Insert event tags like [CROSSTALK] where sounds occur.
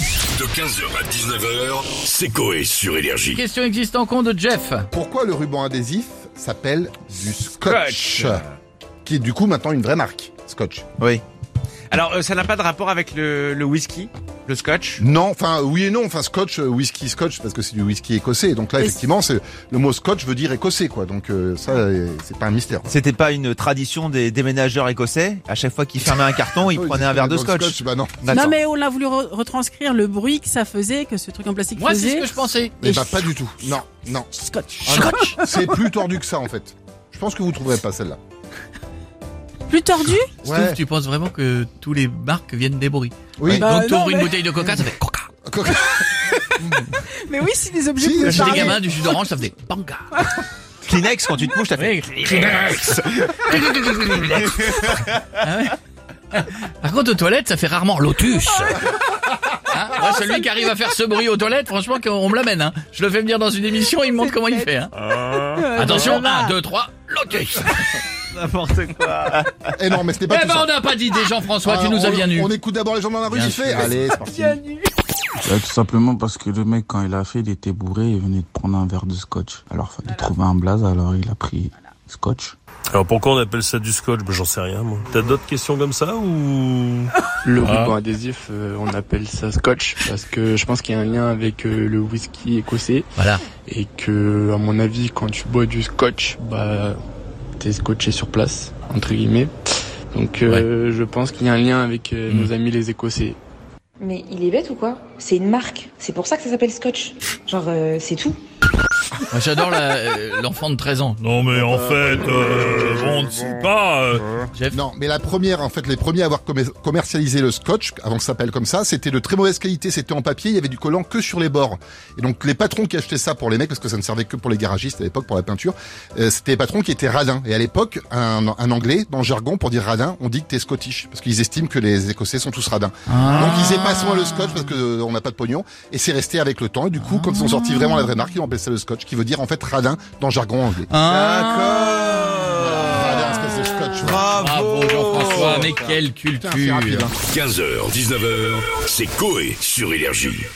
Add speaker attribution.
Speaker 1: De 15h à 19h, c'est Coé sur Énergie.
Speaker 2: Question existe en con de Jeff.
Speaker 3: Pourquoi le ruban adhésif s'appelle du scotch, Qui est du coup maintenant une vraie marque, Scotch.
Speaker 4: Oui. Alors, euh, ça n'a pas de rapport avec le, le whisky, le scotch
Speaker 3: Non, enfin oui et non, enfin Scotch, euh, whisky Scotch parce que c'est du whisky écossais. Donc là effectivement, c'est le mot Scotch veut dire écossais quoi. Donc euh, ça euh, c'est pas un mystère.
Speaker 4: C'était pas une tradition des déménageurs écossais À chaque fois qu'ils fermaient un
Speaker 3: [LAUGHS]
Speaker 4: carton, ils
Speaker 3: Oh,
Speaker 4: prenaient un verre de
Speaker 3: dans le
Speaker 4: scotch.
Speaker 3: Bah non.
Speaker 4: D'accord.
Speaker 5: Non mais on a voulu re- retranscrire le bruit que ça faisait, que ce truc en plastique
Speaker 2: Moi, c'est
Speaker 5: faisait.
Speaker 2: ce que je pensais.
Speaker 3: Eh bah, pas du tout. Non, non.
Speaker 5: Scotch.
Speaker 3: Ah, non. C'est plus tordu que ça en fait. Je pense que vous trouverez pas celle-là.
Speaker 5: Plus tordu
Speaker 3: Ouais. Eh
Speaker 2: tu penses vraiment que tous les marques viennent des bruits
Speaker 3: Oui.
Speaker 5: Bah,
Speaker 2: Donc, t'ouvres
Speaker 5: non,
Speaker 2: une
Speaker 5: mais-
Speaker 2: bouteille de coca, ça fait coca.
Speaker 5: Mais oui, si les objets
Speaker 3: Si,
Speaker 5: pouvaient
Speaker 3: si,
Speaker 2: J'étais
Speaker 3: Pareil.
Speaker 2: gamin du jus d'orange, ça faisait panga.
Speaker 4: Kleenex, quand tu te couches, t'as fait...
Speaker 2: Ah ouais. Par contre, aux toilettes, ça fait rarement
Speaker 3: [LAUGHS]
Speaker 2: lotus. Hein Moi, celui qui arrive à faire ce bruit aux toilettes, franchement, qu'on- on me l'amène. hein. Je le fais venir dans une émission, il me montre comment il fait. hein.
Speaker 5: Euh,
Speaker 2: Attention,
Speaker 3: Ah,
Speaker 5: voilà.
Speaker 2: 1, 2, 3, lotus.
Speaker 4: N'importe quoi.
Speaker 3: Eh non, mais ce n'est pas
Speaker 2: Eh
Speaker 3: tout
Speaker 2: ben,
Speaker 3: ça.
Speaker 2: on n'a pas d'idée, Jean-François, tu
Speaker 3: Ah,
Speaker 2: nous
Speaker 3: on-
Speaker 2: as bien eu.
Speaker 3: On écoute d'abord les gens dans la rue,
Speaker 2: Bien
Speaker 3: j'y fais.
Speaker 2: sûr.
Speaker 3: Allez, c'est parti.
Speaker 5: Bien nu.
Speaker 6: Bah, tout simplement parce que le mec, quand il a fait, il était bourré, il venait de prendre un verre de scotch. Alors, fallait trouver un blaze, alors il a pris scotch.
Speaker 7: Alors pourquoi on appelle ça du scotch Bah, J'en sais rien moi. T'as d'autres questions comme ça ou
Speaker 8: Le
Speaker 7: Ah.
Speaker 8: ruban adhésif, euh, on appelle ça scotch parce que je pense qu'il y a un lien avec euh, le whisky écossais
Speaker 2: Voilà.
Speaker 8: et que, à mon avis, quand tu bois du scotch, bah, t'es scotché sur place entre guillemets. Donc, euh, je pense qu'il y a un lien avec euh,
Speaker 2: Mm.
Speaker 8: nos amis les Écossais.
Speaker 9: Mais il est bête ou quoi C'est une marque. C'est pour ça que ça s'appelle Scotch. Genre, euh, c'est tout.
Speaker 2: Moi, J'adore la- euh, l'enfant de 13 ans.
Speaker 7: Non mais en fait, euh, on ne sait pas. euh,
Speaker 2: Jeff.
Speaker 3: Non, mais la première, en fait, les premiers à avoir commer- commercialisé le scotch, avant que ça s'appelle comme ça, c'était de très mauvaise qualité. C'était en papier, il y avait du collant que sur les bords. Et donc, les patrons qui achetaient ça pour les mecs, parce que ça ne servait que pour les garagistes à l'époque, pour la peinture, euh, c'était les patrons qui étaient radins. Et à l'époque, un, un anglais, dans le jargon, pour dire radin, on dit que t'es scottish, parce qu'ils estiment que les écossais sont tous radins.
Speaker 2: Ah.
Speaker 3: Donc, ils épassent moins le scotch, parce que euh, on n'a pas de pognon. Et c'est resté avec le temps. Et du coup, quand ils ont sorti vraiment la vraie marque, ils ont appelé ça le scotch, qui veut dire, en fait, radin, dans le jargon anglais.
Speaker 2: Ah.
Speaker 4: Ah.
Speaker 3: Radin, espèce de scotch. ouais.
Speaker 2: Bravo Jean-François, mais quelle
Speaker 3: Putain, c'est
Speaker 2: culture
Speaker 3: rapide, hein.
Speaker 1: 15h, 19h, c'est Coé sur Énergie.